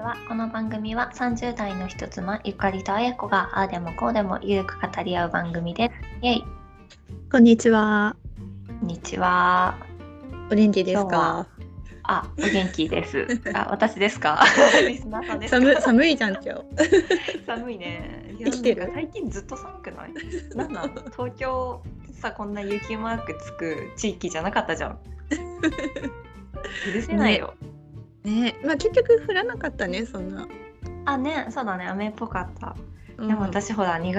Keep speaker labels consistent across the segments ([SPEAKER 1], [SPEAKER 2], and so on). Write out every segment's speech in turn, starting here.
[SPEAKER 1] はこの番組は30代の人妻ゆかりとあやこがああでもこうでもゆるく語り合う番組ですイエイ
[SPEAKER 2] こんにちは。
[SPEAKER 1] こんにちは
[SPEAKER 2] お元気です
[SPEAKER 1] 今日は
[SPEAKER 2] か。
[SPEAKER 1] あお元気です あ私ですかリスナーさんですか
[SPEAKER 2] 寒寒いじゃん今日。
[SPEAKER 1] 寒いねいや
[SPEAKER 2] 生きてる
[SPEAKER 1] なんか最近ずっと寒くないなんなの東京さこんな雪マークつく地域じゃなかったじゃん許せないよ、
[SPEAKER 2] ね、まあ結局降らなかったねそんな。
[SPEAKER 1] あねそうだね雨っぽかった
[SPEAKER 2] うん
[SPEAKER 1] でも。私ほら苦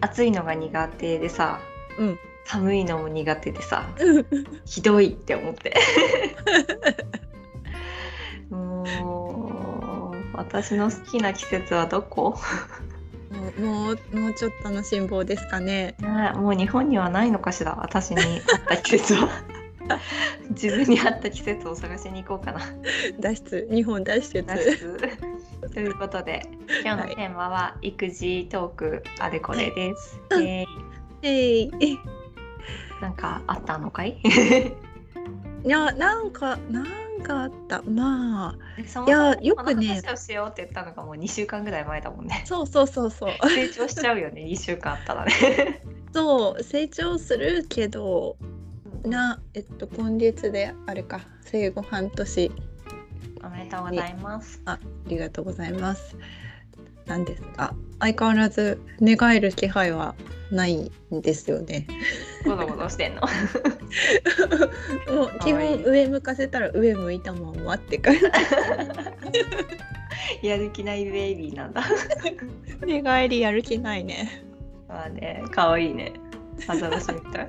[SPEAKER 1] 暑いのが苦手でさ、
[SPEAKER 2] うん
[SPEAKER 1] 寒いのも苦手でさ
[SPEAKER 2] うん
[SPEAKER 1] ひどいって思って もう私の好きな季節はどこ、
[SPEAKER 2] もうもうもうちょっとの辛抱ですかね。
[SPEAKER 1] ね、もう日本にはないのかしら私に合った季節 は自分に合った季節を探しに行こうかな
[SPEAKER 2] 脱出日本脱出。
[SPEAKER 1] 脱出 ということで今日のテーマは「育児トークあれこれ」です、
[SPEAKER 2] うん
[SPEAKER 1] え
[SPEAKER 2] えい。
[SPEAKER 1] ーなんかあったのかい
[SPEAKER 2] いやなんかなんかあったまあ
[SPEAKER 1] そも
[SPEAKER 2] い
[SPEAKER 1] そも
[SPEAKER 2] や よ
[SPEAKER 1] こ
[SPEAKER 2] くね
[SPEAKER 1] の話をしようって言ったのがもう2週間ぐらい前だもんね
[SPEAKER 2] そうそうそうそう
[SPEAKER 1] 成長しちゃうよね2週間あったらね
[SPEAKER 2] そう成長するけど なえっと今月であれか生後半年
[SPEAKER 1] おめでとうございます
[SPEAKER 2] ありがとうございます。なんですが、相変わらず寝返る気配はないんですよね。
[SPEAKER 1] ゴロゴロしてんの
[SPEAKER 2] もう基
[SPEAKER 1] かわい
[SPEAKER 2] 本
[SPEAKER 1] い
[SPEAKER 2] 上向かせたら上向いたまんまって感じ。
[SPEAKER 1] やる気ないベイビーなんだ
[SPEAKER 2] 寝返りやる気ないね。
[SPEAKER 1] まあね可愛いねアザラシみたい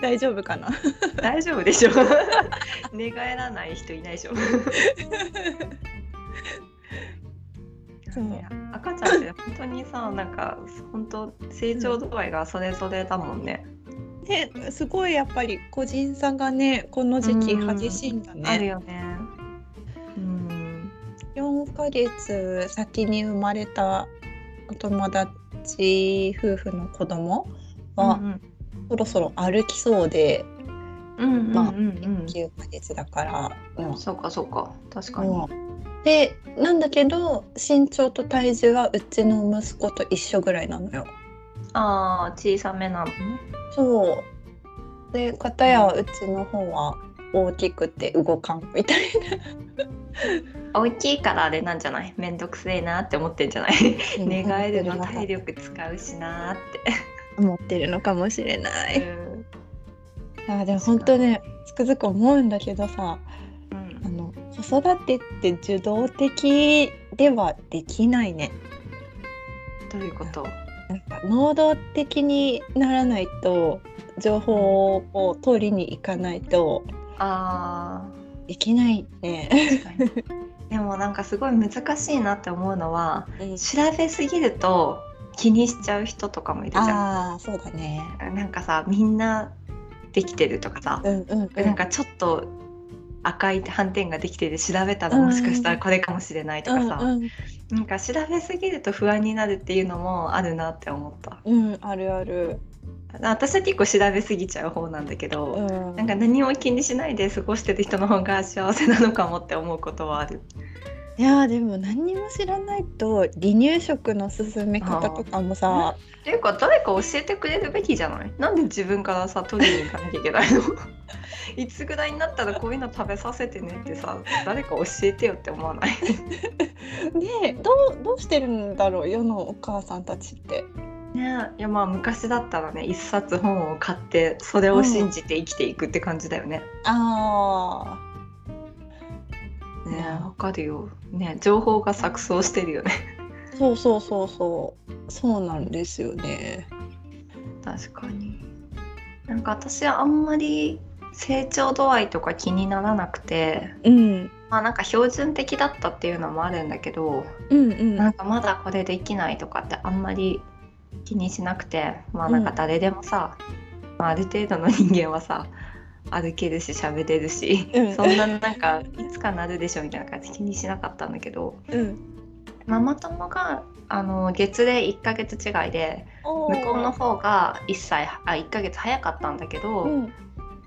[SPEAKER 2] 大丈夫かな。
[SPEAKER 1] 大丈夫でしょ 寝返らない人いないで しょ
[SPEAKER 2] そう
[SPEAKER 1] いや赤ちゃんって本当にさなんか本当成長度合いがそれぞれだもんね、
[SPEAKER 2] ね、すごいやっぱり個人差がね、この時期
[SPEAKER 1] うん
[SPEAKER 2] 激しいんだ
[SPEAKER 1] ある
[SPEAKER 2] ね。
[SPEAKER 1] よねうん
[SPEAKER 2] 四ヶ月先に生まれたお友達夫婦の子供
[SPEAKER 1] う
[SPEAKER 2] は、
[SPEAKER 1] ん
[SPEAKER 2] そろそろ歩きそうで、
[SPEAKER 1] うんうん
[SPEAKER 2] まあ
[SPEAKER 1] うん
[SPEAKER 2] 九ヶ月だから、
[SPEAKER 1] う
[SPEAKER 2] うんん
[SPEAKER 1] そうかそうか確かに、
[SPEAKER 2] うんでなんだけど身長と体重はうちの息子と一緒ぐらいなのよ。
[SPEAKER 1] ああ小さめなのね
[SPEAKER 2] そうで片やうちの方は大きくて動かんみたい
[SPEAKER 1] 大きいからあれなんじゃないめんどくせえなって思ってんじゃない
[SPEAKER 2] な
[SPEAKER 1] 寝返るの体
[SPEAKER 2] 体力
[SPEAKER 1] 力使うしなーっ
[SPEAKER 2] 持ってるのかもしれな
[SPEAKER 1] て、
[SPEAKER 2] い。あーでも本当ねつくづく思うんだけどさ
[SPEAKER 1] うん
[SPEAKER 2] あの子育てって受動的ではできないね。
[SPEAKER 1] どういうこと
[SPEAKER 2] なんか能動的にならないと情報を取りに行かないと
[SPEAKER 1] あ
[SPEAKER 2] できないね。
[SPEAKER 1] ー確かに でもなんかすごい難しいなって思うのは調べすぎると気にしちゃう人とかもいるじゃ
[SPEAKER 2] ああそうだね。
[SPEAKER 1] んなんかさみんなできてるとかさ、
[SPEAKER 2] うんうん、う
[SPEAKER 1] なんかちょっと赤い斑点ができてて調べたらもしかしたらこれかもしれないとかさ、
[SPEAKER 2] うん
[SPEAKER 1] なんか調べすぎると不安になるっていうのもあるなって思った
[SPEAKER 2] うん、うん、あるある。
[SPEAKER 1] 私は結構調べすぎちゃう方なんだけ
[SPEAKER 2] う
[SPEAKER 1] ど、
[SPEAKER 2] ん、
[SPEAKER 1] なんか何も気にしないで過ごしてる人の方が幸せなのかもって思うことはある
[SPEAKER 2] いやーでも何にも知らないと離乳食の進め方とかもさ、
[SPEAKER 1] っていうか誰か教えてくれるべきじゃないなんで自分からさ取りに行かなきゃいけない のいつぐらいになったらこういうの食べさせてねってさ誰か教えてよって思わない
[SPEAKER 2] ねどうどうしてるんだろう世のお母さんたちって。
[SPEAKER 1] ねいやまあ昔だったらね一冊本を買ってそれを信じて生きていくって感じだよね、
[SPEAKER 2] ああ。
[SPEAKER 1] ね
[SPEAKER 2] ね
[SPEAKER 1] わかるよ。ね情報が錯綜してるよね。
[SPEAKER 2] そうそうそうそうそうなんですよね。
[SPEAKER 1] 確かに。なんか私はあんまり成長度合いとか気にならなくて、
[SPEAKER 2] うん
[SPEAKER 1] まあなんか標準的だったっていうのもあるんだけど、
[SPEAKER 2] うんうん
[SPEAKER 1] なんかまだこれできないとかってあんまり気にしなくて、まあなんか誰でもさ、まあある程度の人間はさ、歩けるし喋れるし、
[SPEAKER 2] うん
[SPEAKER 1] そんななんかいつかなるでしょみたいな感じ気にしなかったんだけど、
[SPEAKER 2] うん。
[SPEAKER 1] ママ友があの月で1ヶ月違いで向こうの方が1歳あ1ヶ月早かったんだけど、
[SPEAKER 2] うん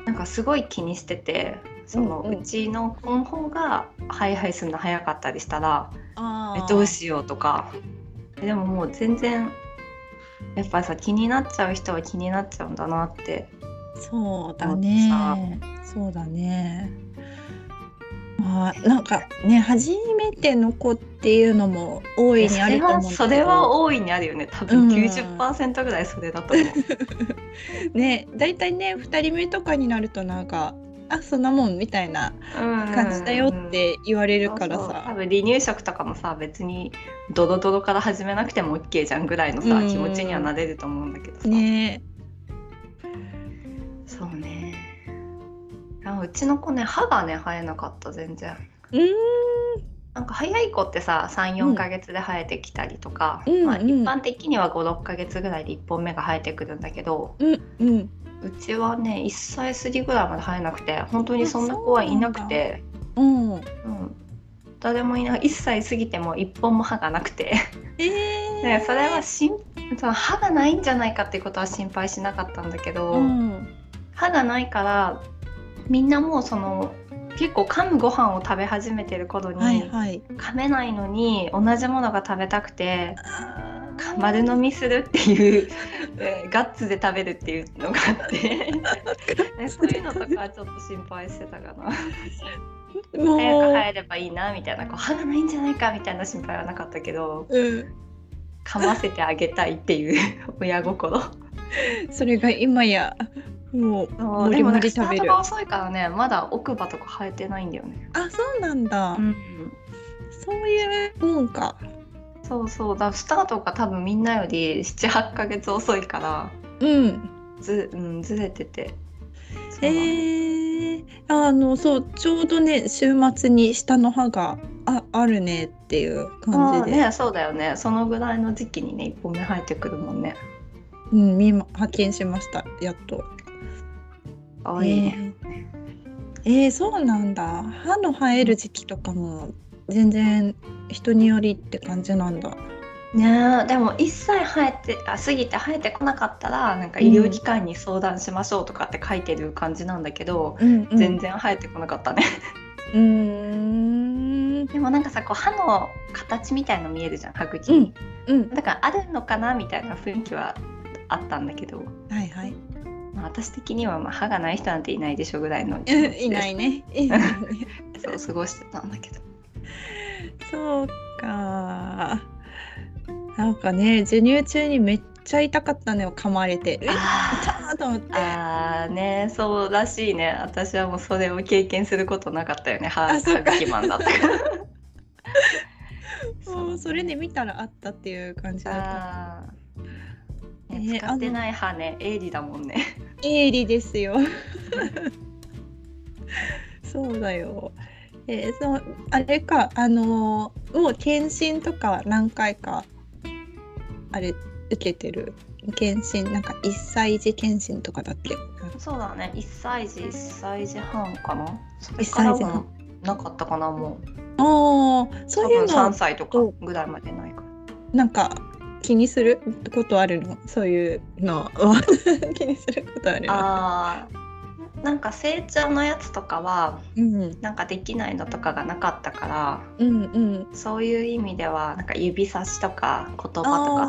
[SPEAKER 1] なんかすごい気にしててその
[SPEAKER 2] うんうん
[SPEAKER 1] うちの子の方がハイハイするの早かったりしたら
[SPEAKER 2] あ
[SPEAKER 1] え
[SPEAKER 2] ー
[SPEAKER 1] どうしようとかでももう全然やっぱさ気になっちゃう人は気になっちゃうんだなって
[SPEAKER 2] そうだ
[SPEAKER 1] 思
[SPEAKER 2] ね。そうだね。まあなんかね初めての子っていうのも大い
[SPEAKER 1] そ
[SPEAKER 2] にある
[SPEAKER 1] れ
[SPEAKER 2] と思う
[SPEAKER 1] は
[SPEAKER 2] んだけど。
[SPEAKER 1] それは大いにあるよね多
[SPEAKER 2] う
[SPEAKER 1] 分
[SPEAKER 2] ん
[SPEAKER 1] 90%ぐらいそれだと思う、
[SPEAKER 2] ね大体ね2人目とかになるとなんかあそんなもんみたいな
[SPEAKER 1] うん
[SPEAKER 2] 感じだよって言われるから
[SPEAKER 1] そうそう多
[SPEAKER 2] さ。
[SPEAKER 1] 分離乳食とかもさ別にドロドロから始めなくても OK じゃんぐらいのさ、
[SPEAKER 2] うん
[SPEAKER 1] 気持ちにはなれると思うんだけどさ、
[SPEAKER 2] ね
[SPEAKER 1] そうねあうちの子ね歯がね生えなかった全然
[SPEAKER 2] うーん
[SPEAKER 1] なんか早い子ってさ
[SPEAKER 2] う
[SPEAKER 1] 34
[SPEAKER 2] ん
[SPEAKER 1] ヶ月で生えてきたりとか、
[SPEAKER 2] うん
[SPEAKER 1] まあ、
[SPEAKER 2] う
[SPEAKER 1] 一
[SPEAKER 2] ん
[SPEAKER 1] 般的には56ヶ月ぐらいで1本目が生えてくるんだけど
[SPEAKER 2] うんうん
[SPEAKER 1] うちはね1歳過ぎぐらいまで生えなくて本当にそんな子はいなくて
[SPEAKER 2] うん。
[SPEAKER 1] うん、誰もいない1歳過ぎても1本も歯がなくて。
[SPEAKER 2] え
[SPEAKER 1] ね
[SPEAKER 2] え、
[SPEAKER 1] それはしんその歯がないんじゃないかっていうことは心配しなかったんだけど、
[SPEAKER 2] うん
[SPEAKER 1] 歯がないからみんなもうその結構噛むご飯を食べ始めてる頃に、
[SPEAKER 2] はいはい。
[SPEAKER 1] 噛めないのに同じものが食べたくて
[SPEAKER 2] あー
[SPEAKER 1] 丸飲みするっていう、えーガッツで食べるっていうのがあって、 ね、そういうのとかはちょっと心配してたかな
[SPEAKER 2] もう
[SPEAKER 1] 早く生えればいいなみたいなこう歯がないんじゃないかみたいな心配はなかったけど
[SPEAKER 2] うん。
[SPEAKER 1] 噛ませてあげたいっていう 親心。
[SPEAKER 2] それが今やもう
[SPEAKER 1] そう
[SPEAKER 2] もり
[SPEAKER 1] でも
[SPEAKER 2] も
[SPEAKER 1] なんか
[SPEAKER 2] り
[SPEAKER 1] スタ
[SPEAKER 2] 食べ
[SPEAKER 1] ート
[SPEAKER 2] る
[SPEAKER 1] が遅いからねまだ奥歯とか生えてないんだよね、
[SPEAKER 2] あそうなんだ、
[SPEAKER 1] ん、
[SPEAKER 2] そういうもんか
[SPEAKER 1] そうそうだからスタートが多分みんなより78ヶ月遅いから
[SPEAKER 2] うん
[SPEAKER 1] ず,、うん、ずれててそうな
[SPEAKER 2] え
[SPEAKER 1] の
[SPEAKER 2] ー、あのそうちょうどね週末に下の歯がああるねっていう感
[SPEAKER 1] あ
[SPEAKER 2] じ
[SPEAKER 1] ー
[SPEAKER 2] で、
[SPEAKER 1] ねそうだよねそのぐらいの時期にね1本目生えてくるもんね
[SPEAKER 2] うん、見ま発見しましたやっと
[SPEAKER 1] かわいいね、
[SPEAKER 2] えーえーそうなんだ歯の生える時期とかも全然人によりって感じなんだ
[SPEAKER 1] ねえでも一切生えてあ過ぎて生えてこなかったらなんか医療機関に相談しましょうとかって書いてる感じなんだけど、
[SPEAKER 2] うん、うん、
[SPEAKER 1] 全然生えてこなかったね
[SPEAKER 2] うーん
[SPEAKER 1] でもなんかさこう歯の形みたいの見えるじゃん歯茎に、
[SPEAKER 2] うんうん
[SPEAKER 1] だからあるのかなみたいな雰囲気はあったんだけど、
[SPEAKER 2] はいはい
[SPEAKER 1] まあ、私的にはまあ歯がない人なんていないでしょぐら いの気持ちで
[SPEAKER 2] い ないね。
[SPEAKER 1] そう過ごしてたんだけど
[SPEAKER 2] そうか。なんかね、授乳中にめっちゃ痛かったのよ、噛まれて。うわ痛
[SPEAKER 1] あ
[SPEAKER 2] ーと思って。
[SPEAKER 1] あーねそうらしいね私はもうそれを経験することなかったよね歯
[SPEAKER 2] あそ
[SPEAKER 1] 歯
[SPEAKER 2] っか
[SPEAKER 1] 茎マン だったから
[SPEAKER 2] そうそれで見たらあったっていう感じだった。
[SPEAKER 1] あー、
[SPEAKER 2] ね
[SPEAKER 1] ね、使ってない歯ね鋭利だもんね
[SPEAKER 2] 鋭利ですよ。 そうだよ。えー、そうあれかあのーもう検診とか何回かあれ受けてる検診なんか一歳児検診とかだっけ
[SPEAKER 1] そうだね1歳児1歳児半かなそ
[SPEAKER 2] 一
[SPEAKER 1] れから
[SPEAKER 2] 歳
[SPEAKER 1] も
[SPEAKER 2] 児半
[SPEAKER 1] なかったかなもう
[SPEAKER 2] ああ、そういう
[SPEAKER 1] 多分3
[SPEAKER 2] の
[SPEAKER 1] 歳とかぐらいまでないから。
[SPEAKER 2] なんか気にすることあるの？そういうの 気にすることあるの？
[SPEAKER 1] あーなんか成長のやつとかは
[SPEAKER 2] うんうん
[SPEAKER 1] なんかできないのとかがなかったから
[SPEAKER 2] うん。
[SPEAKER 1] そういう意味ではなんか指差しとか言
[SPEAKER 2] あ
[SPEAKER 1] 葉とか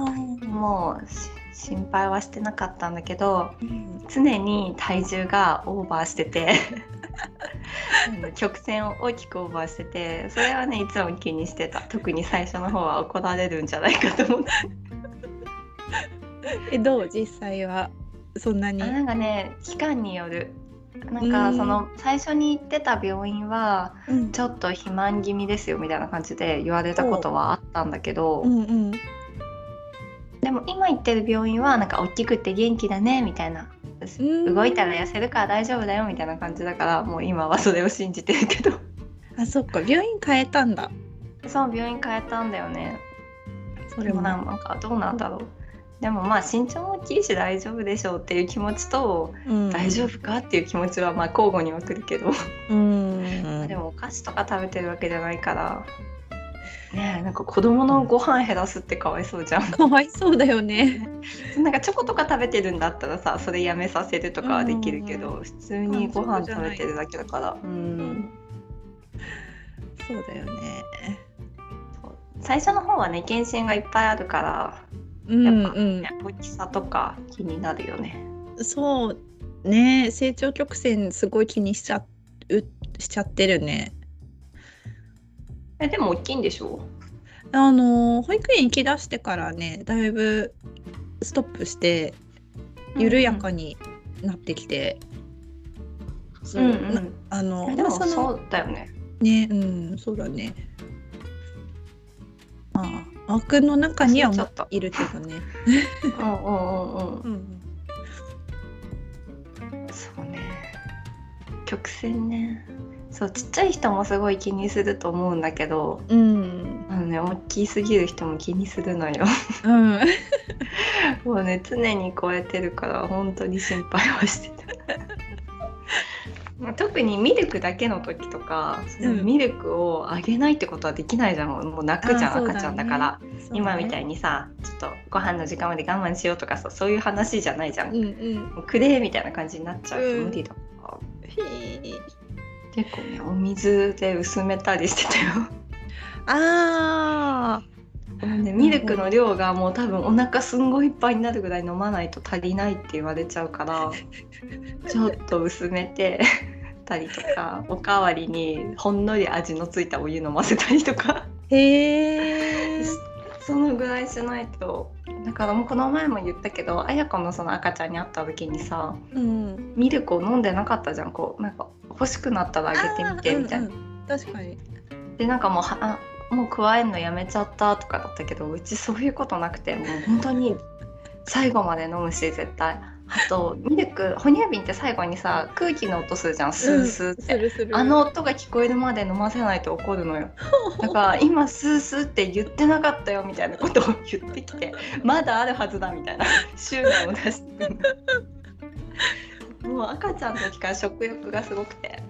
[SPEAKER 1] もうし心配はしてなかったんだけど
[SPEAKER 2] ーうん
[SPEAKER 1] 常に体重がオーバーしてて あの曲線を大きくオーバーしててそれはねいつも気にしてた特に最初の方は怒られるんじゃないかと思って
[SPEAKER 2] えどう実際はそんなに
[SPEAKER 1] あ？なんかね期間によるなんか
[SPEAKER 2] うん
[SPEAKER 1] その最初に行ってた病院は
[SPEAKER 2] うん
[SPEAKER 1] ちょっと肥満気味ですよみたいな感じで言われたことはあったんだけど、
[SPEAKER 2] うんうん。
[SPEAKER 1] でも今行ってる病院はなんか大きくて元気だねみたいな
[SPEAKER 2] うん
[SPEAKER 1] 動いたら痩せるから大丈夫だよみたいな感じだからもう今はそれを信じてるけど
[SPEAKER 2] あそっか病院変えたんだ。
[SPEAKER 1] そう病院変えたんだよね
[SPEAKER 2] そ
[SPEAKER 1] で
[SPEAKER 2] れ
[SPEAKER 1] も
[SPEAKER 2] も
[SPEAKER 1] なんかどうなんだろうでもまあ身長も大きいし大丈夫でしょうっていう気持ちと、
[SPEAKER 2] うん
[SPEAKER 1] 大丈夫かっていう気持ちはまあ交互には来るけど
[SPEAKER 2] うん。
[SPEAKER 1] でもお菓子とか食べてるわけじゃないから、ねえなんか子供のご飯減らすってかわいそうじゃん
[SPEAKER 2] かわいそうだよね。
[SPEAKER 1] なんかチョコとか食べてるんだったらさそれやめさせるとかはできるけど、
[SPEAKER 2] うん
[SPEAKER 1] 普通にご飯食べてるだけだからう
[SPEAKER 2] うんん、そうだよね。
[SPEAKER 1] 最初の方はね検診がいっぱいあるから
[SPEAKER 2] うん
[SPEAKER 1] やっぱ、
[SPEAKER 2] うん
[SPEAKER 1] ね、大きさとか気になるよね。
[SPEAKER 2] そうね成長曲線すごい気にしちゃうしちゃってるね。
[SPEAKER 1] えでも大きいんでしょ
[SPEAKER 2] あの保育園行きだしてからねだいぶストップして緩やか
[SPEAKER 1] に。
[SPEAKER 2] になってきて、
[SPEAKER 1] う
[SPEAKER 2] そ
[SPEAKER 1] ん
[SPEAKER 2] う
[SPEAKER 1] う
[SPEAKER 2] なんあ
[SPEAKER 1] うん
[SPEAKER 2] の
[SPEAKER 1] でも
[SPEAKER 2] まあの
[SPEAKER 1] そうだよね。
[SPEAKER 2] ねうんそうだねまあ枠の中に
[SPEAKER 1] 忘
[SPEAKER 2] は
[SPEAKER 1] れちゃった
[SPEAKER 2] いるけどね、
[SPEAKER 1] うんうんうんうん。
[SPEAKER 2] うん、
[SPEAKER 1] そうね曲線ねそうちっちゃい人もすごい気にすると思うんだけど
[SPEAKER 2] うん、
[SPEAKER 1] あのね大きすぎる人も気にするのよ
[SPEAKER 2] うん、
[SPEAKER 1] もうね常に超えてるから本当に心配はしてた まあ特にミルクだけの時とか、そのミルクをあげないってことはできないじゃんもう泣くじゃ
[SPEAKER 2] あーそ
[SPEAKER 1] ん
[SPEAKER 2] うだ
[SPEAKER 1] 赤
[SPEAKER 2] ね
[SPEAKER 1] ちゃんだから今みた
[SPEAKER 2] い
[SPEAKER 1] いにさちょっとご飯の時間まで我慢しようとかさそういう話じゃないじゃん、
[SPEAKER 2] うんうん
[SPEAKER 1] もうくれみたいな感じになっちゃうと無理だから、
[SPEAKER 2] へー
[SPEAKER 1] 結構ねお水で薄めたりしてたよ
[SPEAKER 2] あ
[SPEAKER 1] でミルクの量がもう多分お腹すんごいいっぱいになるぐらい飲まないと足りないって言われちゃうから ちょっと薄めてたりとかおかわりにほんのり味のついたお湯飲ませたりとか
[SPEAKER 2] ーへえ
[SPEAKER 1] そのぐらいしないとだからもうこの前も言ったけど綾子のその赤ちゃんに会った時にさ
[SPEAKER 2] うん
[SPEAKER 1] ミルクを飲んでなかったじゃんこうなんか欲しくなったらあげてみてみたいな。
[SPEAKER 2] あーうんうん確かに
[SPEAKER 1] でなんかもうはあもう加えんのやめちゃったとかだったけどうちそういうことなくてもう本当に最後まで飲むし絶対あとミルク哺乳瓶って最後にさ空気の音するじゃんスースーって、
[SPEAKER 2] うんするする
[SPEAKER 1] あの音が聞こえるまで飲ませないと怒る のよだから今スースーって言ってなかったよみたいなことを言ってき てまだあるはずだみたいな執念を出してくるのもう赤ちゃんの時から食欲がすごくて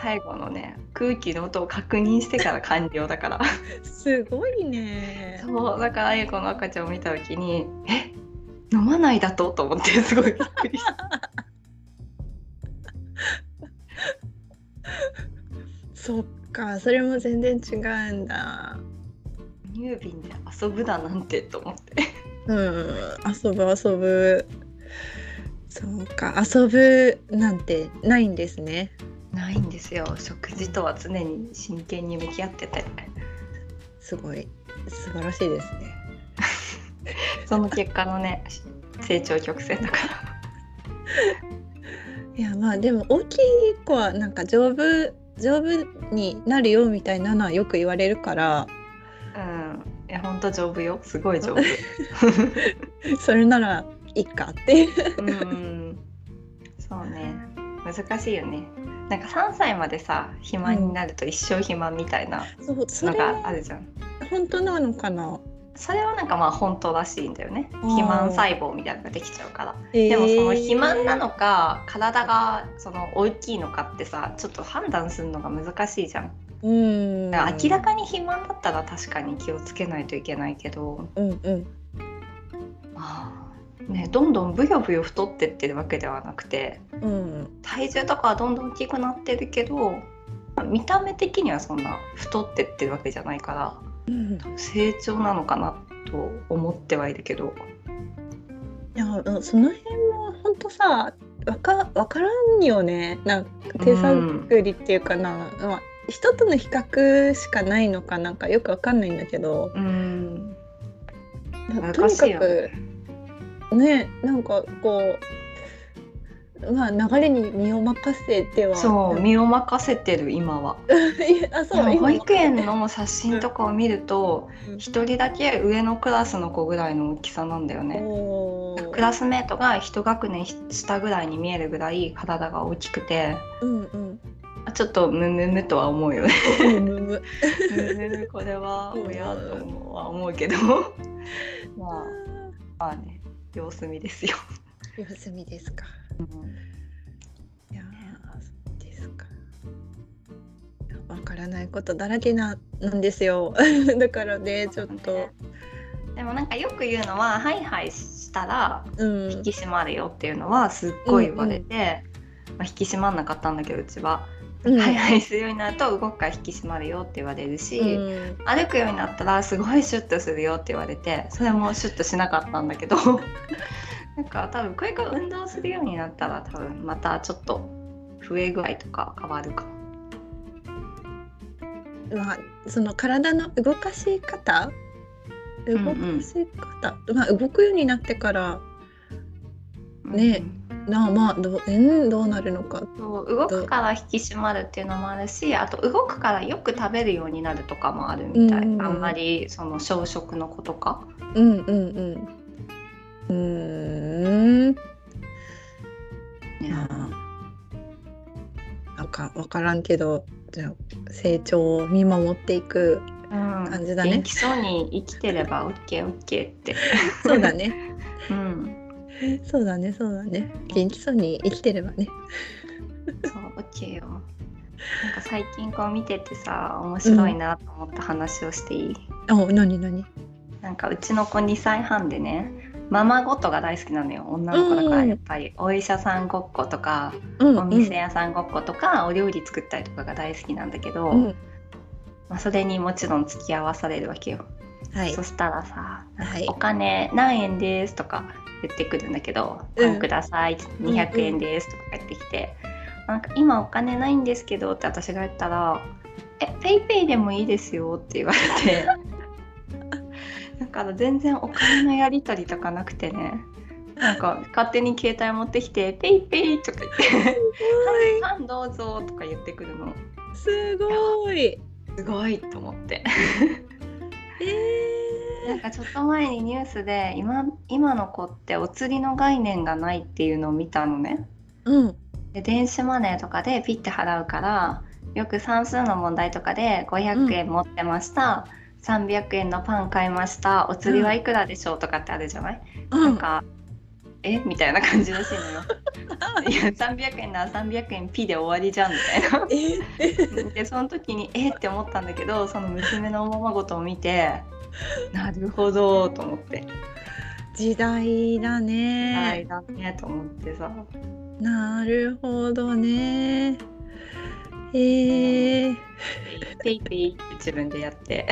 [SPEAKER 1] 最後のね空気の音を確認してから完了だ から
[SPEAKER 2] すごいね
[SPEAKER 1] そうだからあゆこの赤ちゃんを見た時にえ飲まないだとと思ってすごいびっく りした
[SPEAKER 2] そっかそれも全然違うんだ
[SPEAKER 1] 乳瓶で遊ぶだなんてと思って。
[SPEAKER 2] うん遊ぶ遊ぶそうか遊ぶなんてないんですね
[SPEAKER 1] ないんですよ食事とは常に真剣に向き合ってて
[SPEAKER 2] すごい素晴らしいですね
[SPEAKER 1] その結果のね成長曲線だから
[SPEAKER 2] いやまあでも大きい子はなんか丈夫丈夫になるよみたいなのはよく言われるから
[SPEAKER 1] うんいやほんと丈夫よすごい丈夫
[SPEAKER 2] それならいいかって
[SPEAKER 1] うんそうね難しいよねなんか3歳までさ暇になると一生暇みたいな
[SPEAKER 2] そうそ
[SPEAKER 1] の
[SPEAKER 2] れ
[SPEAKER 1] があるじゃん
[SPEAKER 2] 本当なのかな
[SPEAKER 1] それはなんかまあ本当らしいんだよね
[SPEAKER 2] うん
[SPEAKER 1] 肥満細胞みたいなのができちゃうから
[SPEAKER 2] で
[SPEAKER 1] でもその肥満なのか体がその大きいのかってさちょっと判断するのが難しいじゃん
[SPEAKER 2] うん
[SPEAKER 1] だから明らかに肥満だったら確かに気をつけないといけないけど、
[SPEAKER 2] うんうん
[SPEAKER 1] まあね、どんどんブヨブヨ太ってってるわけではなくて
[SPEAKER 2] うん
[SPEAKER 1] 体重とかはどんどん大きくなってるけどまあ見た目的にはそんな太ってってるわけじゃないから
[SPEAKER 2] うん
[SPEAKER 1] 成長なのかなと思ってはいるけど
[SPEAKER 2] いやうんその辺も本当さわかわからんよねなんか手探りっていうかな、まあ、人との比較しかないのかなんかよくわかんないんだけど
[SPEAKER 1] うん
[SPEAKER 2] と
[SPEAKER 1] 難
[SPEAKER 2] に
[SPEAKER 1] し
[SPEAKER 2] か
[SPEAKER 1] いよね
[SPEAKER 2] くねなんかこうまあ流れに身を任せては
[SPEAKER 1] そう
[SPEAKER 2] み
[SPEAKER 1] 身を任せてる今は。
[SPEAKER 2] あ
[SPEAKER 1] で
[SPEAKER 2] そう
[SPEAKER 1] も保
[SPEAKER 2] 今
[SPEAKER 1] 育園の写真とかを見ると
[SPEAKER 2] うん
[SPEAKER 1] 一人だけ上のクラスの子ぐらいの大きさなんだよね。
[SPEAKER 2] おー
[SPEAKER 1] クラスメートが一学年下ぐらいに見えるぐらい体が大きくて
[SPEAKER 2] うんうん
[SPEAKER 1] あちょっとムムムとは思うよね
[SPEAKER 2] うんむむ
[SPEAKER 1] ムムムこれ は親ともは思うけど まあ様子見ですよ
[SPEAKER 2] 様子見ですか。いやーそうですか。わからないことだらけななんですよ だからねちょっと
[SPEAKER 1] でもなんかよく言うのはハイハイしたら
[SPEAKER 2] うん
[SPEAKER 1] 引き締まるよっていうのはすっごい言われて、まあ、引き締まんなかったんだけどうちは、
[SPEAKER 2] うん
[SPEAKER 1] ハイハイするようになると動くから引き締まるよって言われるし、
[SPEAKER 2] うん
[SPEAKER 1] 歩くようになったらすごいシュッとするよって言われてそれもシュッとしなかったんだけど なんか多分これから運動するようになったら多分またちょっと増え具合とか変わるかも。
[SPEAKER 2] まあその体の動かし方動
[SPEAKER 1] んう
[SPEAKER 2] か
[SPEAKER 1] ん
[SPEAKER 2] し方、まあ動くようになってからねなあまあどう,、うん、どうなるのか
[SPEAKER 1] そう動くから引き締まるっていうのもあるしあと動くからよく食べるようになるとかもあるみたい、
[SPEAKER 2] うんうんうん
[SPEAKER 1] あんまりその小食の子とか
[SPEAKER 2] うんうんうんうーん
[SPEAKER 1] ね
[SPEAKER 2] まあなんか分からんけどじゃあ成長を見守っていく
[SPEAKER 1] うん
[SPEAKER 2] 感じだね
[SPEAKER 1] 元気そうに生きてれば OKOK って、
[SPEAKER 2] そうだね
[SPEAKER 1] うん、
[SPEAKER 2] そうだねそうだね元気そうに生きてればね
[SPEAKER 1] そう OK よなんか最近こう見ててさ面白いなと思った話をしていい、
[SPEAKER 2] あ何何
[SPEAKER 1] なんかうちの子2歳半でねママごとが大好きなのよ女の子だからやっぱり、お医者さんごっことか
[SPEAKER 2] うん
[SPEAKER 1] お店屋さんごっことか、お料理作ったりとかが大好きなんだけど、
[SPEAKER 2] うん、うん、
[SPEAKER 1] まあ、それにもちろん付き合わされるわけよ、
[SPEAKER 2] はい
[SPEAKER 1] そしたらさ
[SPEAKER 2] は
[SPEAKER 1] 「
[SPEAKER 2] い
[SPEAKER 1] お金何円です」とか言ってくるんだけど「
[SPEAKER 2] うん
[SPEAKER 1] パンください」って「200円です」とか言ってきて「なんか今お金ないんですけど」って私が言ったら「えペイペイでもいいですよ」って言われて だから全然お金のやり取りとかなくてねなんか勝手に携帯持ってきて「ペイペイ」とか言って「パンどうぞ」とか言ってくるの
[SPEAKER 2] すごい
[SPEAKER 1] すごいと思って。
[SPEAKER 2] え
[SPEAKER 1] なんかちょっと前にニュースで今今の子ってお釣りの概念がないっていうのを見たのね
[SPEAKER 2] うん
[SPEAKER 1] で電子マネーとかでピッて払うからよく算数の問題とかで500円持ってました、300円のパン買いましたお釣りはいくらでしょうとかってあるじゃない、
[SPEAKER 2] う
[SPEAKER 1] なん
[SPEAKER 2] ん
[SPEAKER 1] かえみたいな感じらしいのよ いや300円なら300円ピで終わりじゃんみたい な
[SPEAKER 2] え
[SPEAKER 1] でその時にえって思ったんだけどその娘のおままごとを見てなるほどと思って
[SPEAKER 2] 時代だ
[SPEAKER 1] は
[SPEAKER 2] ね
[SPEAKER 1] い、だねと思ってさ
[SPEAKER 2] なるほどねえー、
[SPEAKER 1] ペイペイって自分でやって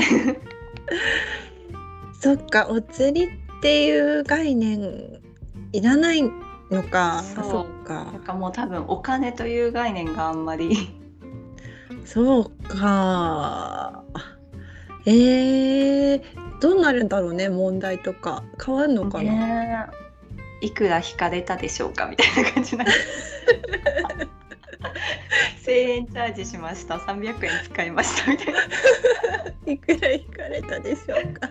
[SPEAKER 2] そっかお釣りっていう概念いらないのか
[SPEAKER 1] そ
[SPEAKER 2] そうっ
[SPEAKER 1] なん
[SPEAKER 2] か
[SPEAKER 1] かもう多分お金という概念があんまり
[SPEAKER 2] そうかえー、どうなるんだろうね問題とか変わるのかな、
[SPEAKER 1] ね えいくら引かれたでしょうかみたいな感じなん 1000円チャージしました300円使いましたみたいな、
[SPEAKER 2] いくら引かれたでしょうか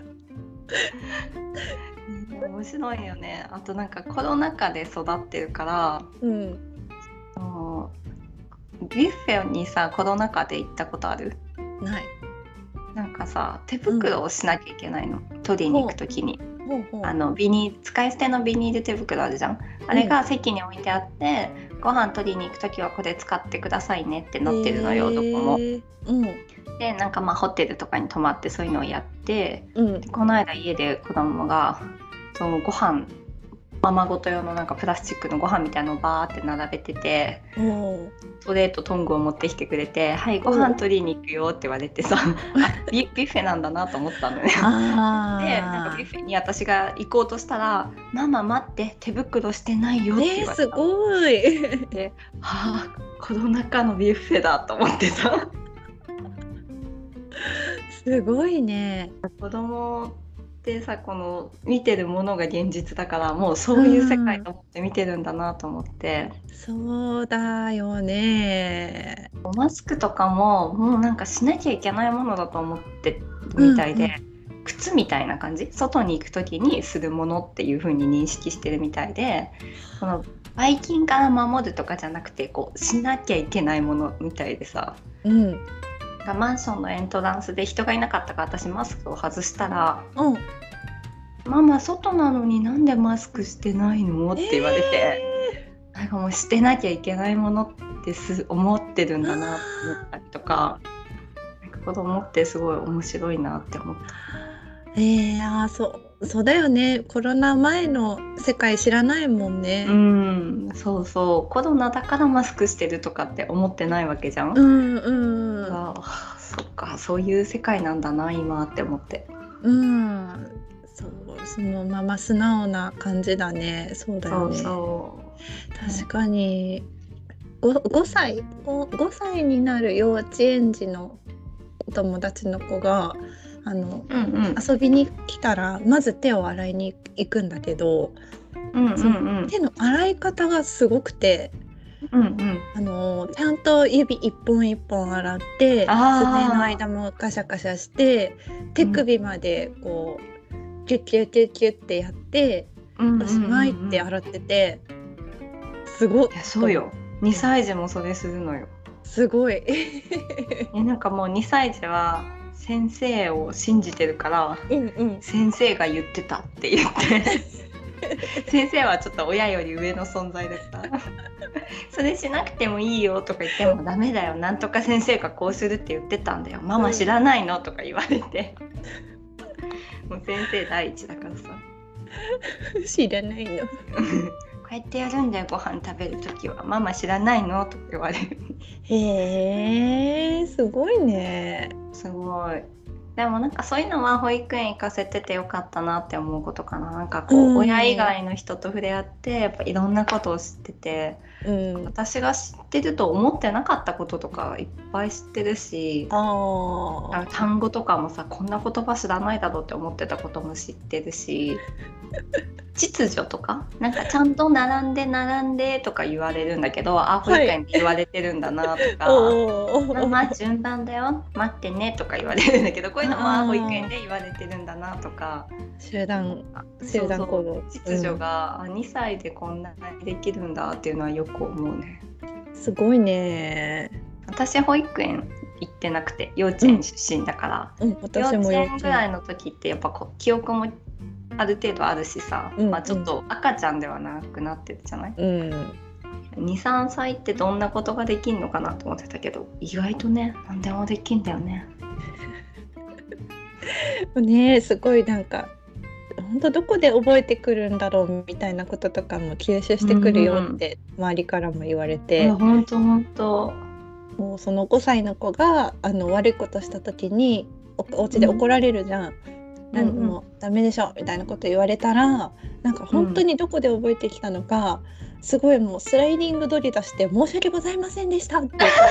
[SPEAKER 1] 面白いよねあとなんかコロナ禍で育ってるから
[SPEAKER 2] うん
[SPEAKER 1] あのビュッフェにさコロナ禍で行ったことある
[SPEAKER 2] ない
[SPEAKER 1] なんかさ手袋をしなきゃいけないの、取りに行く時に
[SPEAKER 2] ほうほう
[SPEAKER 1] あのビニ使い捨てのビニール手袋あるじゃんあれが席に置いてあって、ご飯取りに行く時はこれ使ってくださいねってなってるのよ、どこも
[SPEAKER 2] え。ーうん
[SPEAKER 1] でなんかまあホテルとかに泊まってそういうのをやって
[SPEAKER 2] うん
[SPEAKER 1] でこの間家で子供がそのご飯ままごと用のなんかプラスチックのご飯みたいのをバーって並べてて
[SPEAKER 2] おう
[SPEAKER 1] トレーとトングを持ってきてくれて「はいご飯取りに行くよ」って言われて さあビビュッフェなんだなと思ったのね。
[SPEAKER 2] あ
[SPEAKER 1] でなんかビュッフェに私が行こうとしたら「ママ待って手袋してないよ」って言わ
[SPEAKER 2] ね
[SPEAKER 1] れた
[SPEAKER 2] すごい
[SPEAKER 1] は あコロナ禍のビュッフェだと思ってさ
[SPEAKER 2] すごいね
[SPEAKER 1] 子供ってさこの見てるものが現実だからもうそういう世界と思って見てるんだなと思って、
[SPEAKER 2] そうだよね
[SPEAKER 1] マスクとかももうなんかしなきゃいけないものだと思ってるみたいで。
[SPEAKER 2] うん
[SPEAKER 1] 靴みたいな感じ外に行く時にするものっていう風に認識してるみたいでそのばい菌から守るとかじゃなくてこうしなきゃいけないものみたいでさ
[SPEAKER 2] うん
[SPEAKER 1] マンションのエントランスで人がいなかったから私マスクを外したら
[SPEAKER 2] うん
[SPEAKER 1] 「ママ外なのになんでマスクしてないの?」って言われて、なんかもうしてなきゃいけないものってす思ってるんだなと思ったりとかなんか子供ってすごい面白いなって思った。
[SPEAKER 2] えー、あーそうそうだよねコロナ前の世界知らないもんね。
[SPEAKER 1] うん、そうそうコロナだからマスクしてるとかって思ってないわけじゃん。
[SPEAKER 2] うんうんうん
[SPEAKER 1] ああそっかそういう世界なんだな今って思って。
[SPEAKER 2] うんそうそのまま素直な感じだねそうだ
[SPEAKER 1] そ
[SPEAKER 2] よ
[SPEAKER 1] う
[SPEAKER 2] ね
[SPEAKER 1] そ
[SPEAKER 2] 確かに 5, 5歳 5, 5歳になる幼稚園児のお友達の子があの
[SPEAKER 1] う。うんうん。
[SPEAKER 2] 遊びに来たらまず手を洗いに行くんだけど
[SPEAKER 1] うんうん
[SPEAKER 2] 手の洗い方がすごくて。
[SPEAKER 1] うん。うんうん。
[SPEAKER 2] あのちゃんと指一本一本洗って
[SPEAKER 1] あー
[SPEAKER 2] 爪の間もガシャガシャして手首までこう、キュッキュッキュッキュッってやって
[SPEAKER 1] うん
[SPEAKER 2] おしまいって
[SPEAKER 1] い
[SPEAKER 2] 洗ってて、すごい
[SPEAKER 1] やそうよ。2歳児もそれするのよ。
[SPEAKER 2] すごい
[SPEAKER 1] えなんかもう2歳児は先生を信じてるから
[SPEAKER 2] うんうん
[SPEAKER 1] 先生が言ってたって言って先生はちょっと親より上の存在ですからそれしなくてもいいよとか言ってもダメだよなんとか先生がこうするって言ってたんだよママ知らないのとか言われてもう先生第一だからさ
[SPEAKER 2] 知らないの
[SPEAKER 1] こうやってやるんだよご飯食べる時はママ知らないのとか言われる
[SPEAKER 2] へえすごいね
[SPEAKER 1] すごい。でもなんかそういうのは保育園行かせててよかったなって思うことかな。なんかこう、
[SPEAKER 2] うん
[SPEAKER 1] 親以外の人と触れ合ってやっぱいろんなことを知ってて
[SPEAKER 2] うん
[SPEAKER 1] 私が知ってると思ってなかったこととかいっぱい知ってるし
[SPEAKER 2] あ
[SPEAKER 1] なん
[SPEAKER 2] あ
[SPEAKER 1] か単語とかもさこんな言葉知らないだろうって思ってたことも知ってるし秩序とかなんかちゃんと並んで並んでとか言われるんだけどあ保育園で言われてるんだなとか。
[SPEAKER 2] おー
[SPEAKER 1] まあ、まあ順番だよ待ってねとか言われるんだけどこういうのも
[SPEAKER 2] あ
[SPEAKER 1] あ
[SPEAKER 2] ー
[SPEAKER 1] 保育園で言われてるんだなとか
[SPEAKER 2] 集団
[SPEAKER 1] あ
[SPEAKER 2] 集団行動
[SPEAKER 1] 秩序が、あ2歳でこんなにできるんだっていうのはよく思うね
[SPEAKER 2] すごいね
[SPEAKER 1] 私保育園行ってなくて幼稚園出身だから、
[SPEAKER 2] うん私
[SPEAKER 1] 幼
[SPEAKER 2] も
[SPEAKER 1] 稚
[SPEAKER 2] 幼
[SPEAKER 1] 園ぐらいの時ってやっぱこう記憶もある程度あるしさ、
[SPEAKER 2] うん
[SPEAKER 1] まあ、ちょっと赤ちゃんではなくなってるじゃない
[SPEAKER 2] うん
[SPEAKER 1] 23歳ってどんなことができんのかなと思ってたけど意外とね何でもできんだよね
[SPEAKER 2] ねえすごいなんか本当どこで覚えてくるんだろうみたいなこととかも吸収してくるよって周りからも言われ
[SPEAKER 1] い
[SPEAKER 2] て、
[SPEAKER 1] やほんとほんと
[SPEAKER 2] もうその5歳の子があの悪いことした時におお家で怒られるじゃん。なん
[SPEAKER 1] うんうん
[SPEAKER 2] もうダメでしょみたいなこと言われたらなんか本当にどこで覚えてきたのか、すごいもうスライディングドリ出して「申し訳ございませんでした」って言って
[SPEAKER 1] か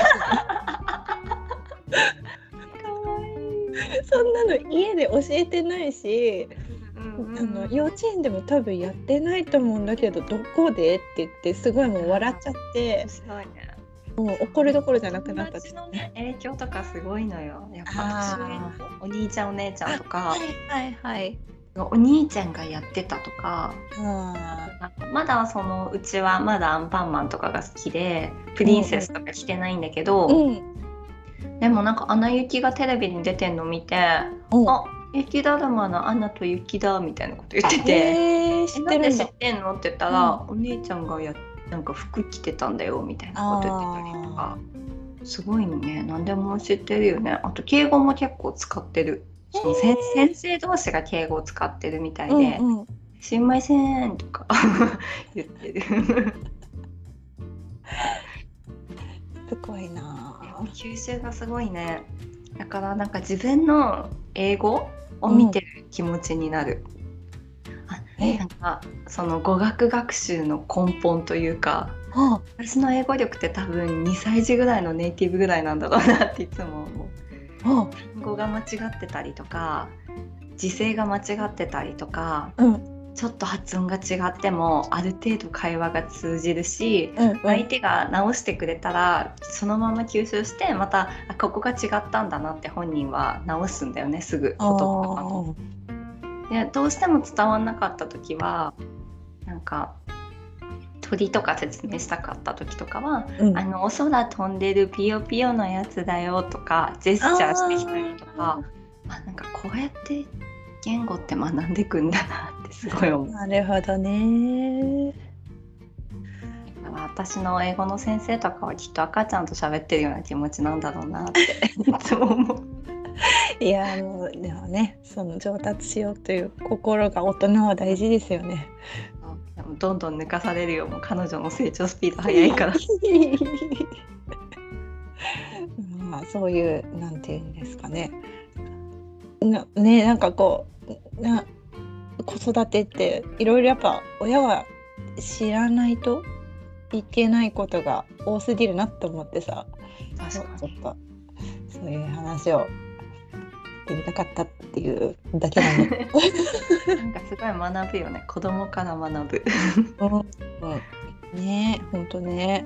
[SPEAKER 1] わいい。
[SPEAKER 2] そんなの家で教えてないし
[SPEAKER 1] うん
[SPEAKER 2] あの幼稚園でも多分やってないと思うんだけどどこでって言ってすごいもう笑っちゃって
[SPEAKER 1] 白いね。
[SPEAKER 2] もう怒るどころじゃなくなった
[SPEAKER 1] 友達のね影響とかすごいのよ。やっ
[SPEAKER 2] あ
[SPEAKER 1] ぱ
[SPEAKER 2] ー
[SPEAKER 1] 年上のお兄ちゃんお姉ちゃんとか、
[SPEAKER 2] はいはい
[SPEAKER 1] お兄ちゃんがやってたとか、
[SPEAKER 2] あ
[SPEAKER 1] まだそのうちはまだアンパンマンとかが好きで、プリンセスとか着てないんだけど、
[SPEAKER 2] ーうん
[SPEAKER 1] でもなんかアナ雪がテレビに出てんの見て、
[SPEAKER 2] うん
[SPEAKER 1] あ雪だるまのアナと雪だみたいなこと言ってて。
[SPEAKER 2] えー、
[SPEAKER 1] え
[SPEAKER 2] 知っ
[SPEAKER 1] な
[SPEAKER 2] て
[SPEAKER 1] んで
[SPEAKER 2] るん
[SPEAKER 1] 知
[SPEAKER 2] だ
[SPEAKER 1] ってんのって言ったら、お姉ちゃんがやなんか服着てたんだよみたいなこと言ってたりとかすごいね何でも知ってるよねあと敬語も結構使ってる、その
[SPEAKER 2] へー
[SPEAKER 1] 先先生同士が敬語を使ってるみたいで「
[SPEAKER 2] うんうん、
[SPEAKER 1] すいません」とか 言ってる
[SPEAKER 2] すごいな
[SPEAKER 1] 吸収がすごいねだからなんか自分の英語を見てる気持ちになる、
[SPEAKER 2] え
[SPEAKER 1] なんかその語学学習の根本というか
[SPEAKER 2] あ
[SPEAKER 1] 私の英語力って多分2歳児ぐらいのネイティブぐらいなんだろうなっていつも思う
[SPEAKER 2] あ
[SPEAKER 1] 単語が間違ってたりとか時勢が間違ってたりとか
[SPEAKER 2] うん
[SPEAKER 1] ちょっと発音が違ってもある程度会話が通じるし
[SPEAKER 2] うんうん
[SPEAKER 1] 相手が直してくれたらそのまま吸収してまたあここが違ったんだなって本人は直すんだよねすぐ言葉とかも
[SPEAKER 2] あ
[SPEAKER 1] でどうしても伝わんなかった時はなんか鳥とか説明したかった時とかは
[SPEAKER 2] ーうん
[SPEAKER 1] あのお空飛んでるピヨピヨのやつだよとかジェスチャーしてきたりとかあなんかこうやって言語って学んでくんだなってすごい思う
[SPEAKER 2] なるほどね
[SPEAKER 1] だ から私の英語の先生とかはきっと赤ちゃんと喋ってるような気持ちなんだろうなっていつも思う
[SPEAKER 2] いやーもうでもねその上達しようという心が大人は大事ですよね。
[SPEAKER 1] でもどんどん抜かされるよもう彼女の成長スピード早いから
[SPEAKER 2] まあそういうなんていうんですかねなねなんかこうな子育てっていろいろやっぱ親は知らないといけないことが多すぎるなと思ってさちょ
[SPEAKER 1] 確か
[SPEAKER 2] っとそういう話をしてみたかったっていうだけなん
[SPEAKER 1] に
[SPEAKER 2] で。
[SPEAKER 1] なんかすごい学ぶよね子供から学ぶ
[SPEAKER 2] うん、ねえ本当ね。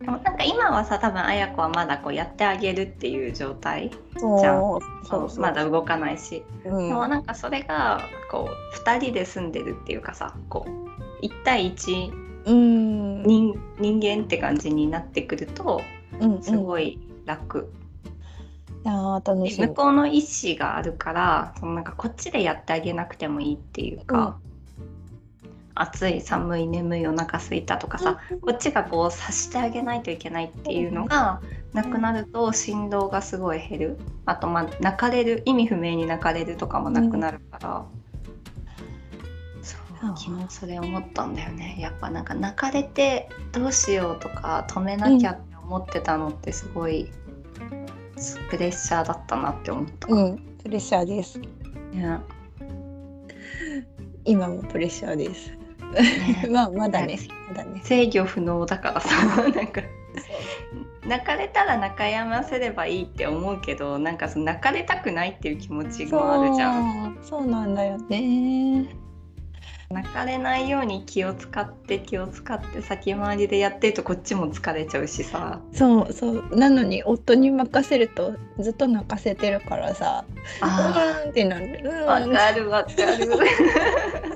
[SPEAKER 1] でもなんか今はさ多分あや子はまだこうやってあげるっていう状態
[SPEAKER 2] そう
[SPEAKER 1] じゃあ
[SPEAKER 2] そうそう
[SPEAKER 1] まだ動かないし、
[SPEAKER 2] うん
[SPEAKER 1] でもなんかそれがこう2人で住んでるっていうかさこう1対1
[SPEAKER 2] うん
[SPEAKER 1] 人人間って感じになってくると
[SPEAKER 2] うん
[SPEAKER 1] すごい楽。
[SPEAKER 2] うん、あー楽しみ
[SPEAKER 1] 向こうの意思があるからそのなんかこっちでやってあげなくてもいいっていうか、暑い寒い眠いお腹空いたとかさ、こっちがこう察してあげないといけないっていうのがなくなると振動がすごい減るあとまあ泣かれる意味不明に泣かれるとかもなくなるから、そう
[SPEAKER 2] ああ
[SPEAKER 1] 昨日それ思ったんだよねやっぱなんか泣かれてどうしようとか止めなきゃって思ってたのってすごいプレッシャーだったなって思った。
[SPEAKER 2] うんプレッシャーです
[SPEAKER 1] ね
[SPEAKER 2] 今もプレッシャ ーです
[SPEAKER 1] ね
[SPEAKER 2] まあまだね
[SPEAKER 1] ね
[SPEAKER 2] まだね
[SPEAKER 1] 制御不能だからさなんか泣かれたら泣かやませればいいって思うけどなんかその泣かれたくないっていう気持ちもあるじゃん
[SPEAKER 2] んそうなんだよね
[SPEAKER 1] 泣かれないように気を使って気を使って先回りでやってるとこっちも疲れちゃうしさ
[SPEAKER 2] そうそうなのに夫に任せるとずっと泣かせてるからさう
[SPEAKER 1] あ
[SPEAKER 2] ーんってなるう
[SPEAKER 1] あわ
[SPEAKER 2] ーん
[SPEAKER 1] かるわかる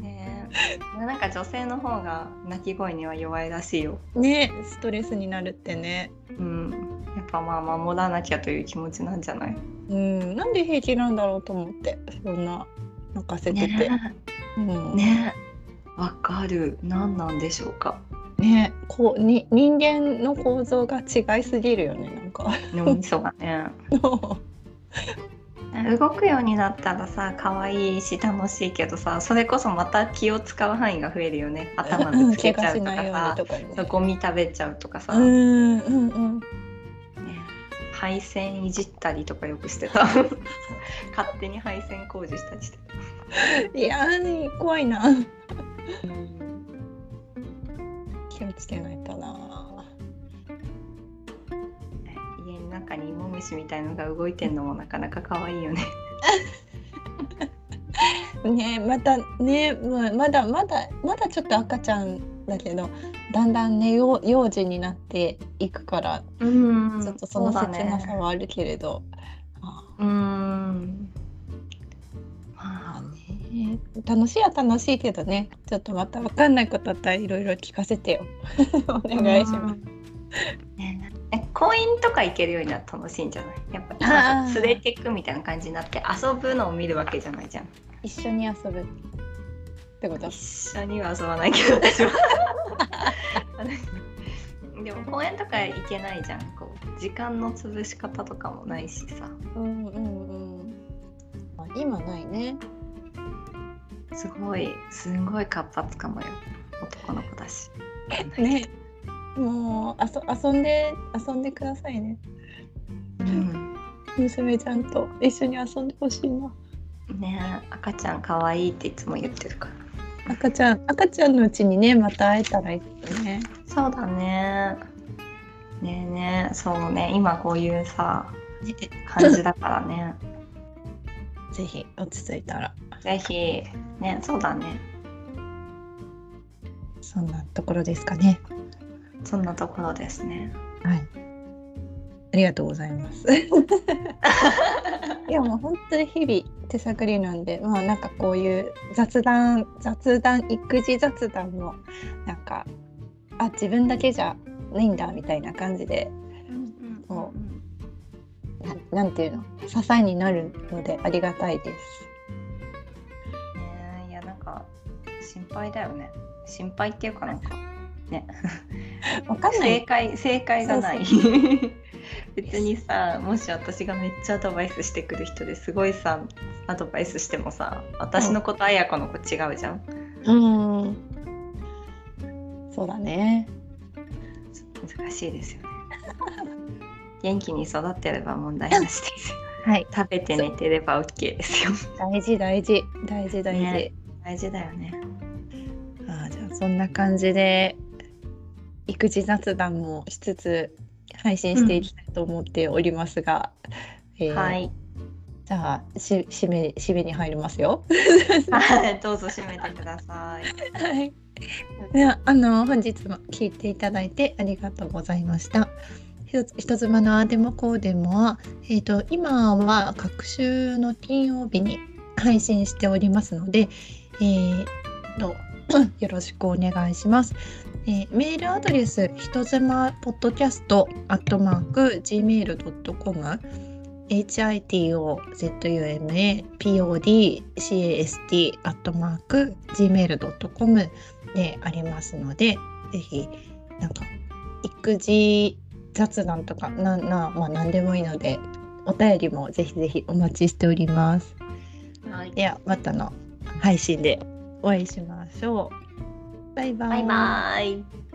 [SPEAKER 1] ねえなんか女性の方が泣き声には弱いらしいよ
[SPEAKER 2] ねストレスになるってね
[SPEAKER 1] うんやっぱまあ守らなきゃという気持ちなんじゃない
[SPEAKER 2] うんなんで平気なんだろうと思ってそんな泣かせてて、うん、
[SPEAKER 1] ねわかる何なんでしょうか
[SPEAKER 2] ねこうに人間の構造が違いすぎるよねなんか
[SPEAKER 1] 脳みそがね動くようになったらさ可愛いし楽しいけどさそれこそまた気を使う範囲が増えるよね頭ぶつけ
[SPEAKER 2] 怪
[SPEAKER 1] ちゃう
[SPEAKER 2] 我し
[SPEAKER 1] とか
[SPEAKER 2] ないように
[SPEAKER 1] さ
[SPEAKER 2] とかね
[SPEAKER 1] そうゴミ食べちゃうとかさ、
[SPEAKER 2] う
[SPEAKER 1] ね
[SPEAKER 2] んうんうん
[SPEAKER 1] 配線いじったりとかよくして た勝手に配線工事したりしてた
[SPEAKER 2] いやー怖いな気をつけないとな
[SPEAKER 1] ね家の中に芋虫みたいのが動いてんのもなかなか可愛いよね
[SPEAKER 2] ねまたねまあまだまだまだちょっと赤ちゃんだけどだんだんねよう幼児になっていくから、
[SPEAKER 1] うん
[SPEAKER 2] ちょっとその切なさはあるけれど、あ
[SPEAKER 1] うーん。
[SPEAKER 2] まあ
[SPEAKER 1] ま
[SPEAKER 2] ね楽しいは楽しいけどねちょっとまた分かんないことあったらいろいろ聞かせてよ お
[SPEAKER 1] あ
[SPEAKER 2] 願いします。。
[SPEAKER 1] ねえ公園とか行けるようになったら楽しいんじゃないやっぱ
[SPEAKER 2] あー
[SPEAKER 1] 連れてくみたいな感じになって遊ぶのを見るわけじゃないじゃん
[SPEAKER 2] 一緒に遊ぶってこと
[SPEAKER 1] 一緒には遊ばないけど私は でも公園とか行けないじゃんこう時間の潰し方とかもないしさ
[SPEAKER 2] うんうんうん。まあ、今ないね。
[SPEAKER 1] すごいすごい活発かもよ男の子だし
[SPEAKER 2] ね。もうあそ遊んで遊んでくださいね。
[SPEAKER 1] うん
[SPEAKER 2] 娘ちゃんと一緒に遊んでほしいな。
[SPEAKER 1] ねえ赤ちゃん可愛いっていつも言ってるから
[SPEAKER 2] 赤ちゃん赤ちゃんのうちにねまた会えたらいいけどね。
[SPEAKER 1] そうだね。ねえねえ、そうね、今こういうさ、感じだからね。
[SPEAKER 2] ぜひ落ち着いたら
[SPEAKER 1] ぜひ、ね、そうだね。
[SPEAKER 2] そんなところですかね。
[SPEAKER 1] そんなところですね。
[SPEAKER 2] はい。ありがとうござ います。いやもう本当に日々手探りなんで、まあなんかこういう雑談、雑談、育児雑談もなんかあ自分だけじゃないんだみたいな感じで、そななんていうの支えになるのでありがたいです。
[SPEAKER 1] ねえいや、なんか、心配だよね。心配っていうかなんか、ね、
[SPEAKER 2] わかんな
[SPEAKER 1] 正
[SPEAKER 2] い。
[SPEAKER 1] 解、正解がない。 別にさもし私がめっちゃアドバイスしてくる人ですごいさアドバイスしてもさ私の子と綾子の子違うじゃん
[SPEAKER 2] うん。そうだね。
[SPEAKER 1] ちょっと難しいですよね元気に育ってれば問題なしですよ
[SPEAKER 2] はい。
[SPEAKER 1] 食べて寝てれば OK ですよ
[SPEAKER 2] 大事大事大事大事。
[SPEAKER 1] ね大事だよね
[SPEAKER 2] あーじゃあそんな感じで育児雑談もしつつ配信していきたいと思っておりますが、えー
[SPEAKER 1] はい
[SPEAKER 2] じゃあし締め締めに入りますよ。
[SPEAKER 1] はい どうぞ締めてください
[SPEAKER 2] はい。 ではあの本日も聞いていただいてありがとうございました。ひと人妻のあーでもこうでもは、えー、と今は各週の金曜日に配信しておりますので、えー、と よろしくお願いします。えーメールアドレス人妻ポッドキャストアットマーク gmail.com hitozumapodcast アットマーク gmail.com でありますのでぜひなんか育児雑談とかなな、まあ、何でもいいのでお便りもぜひぜひお待ちしております。
[SPEAKER 1] はい
[SPEAKER 2] ではまたの配信でお会いしましょう。バイバイ。
[SPEAKER 1] バイバイ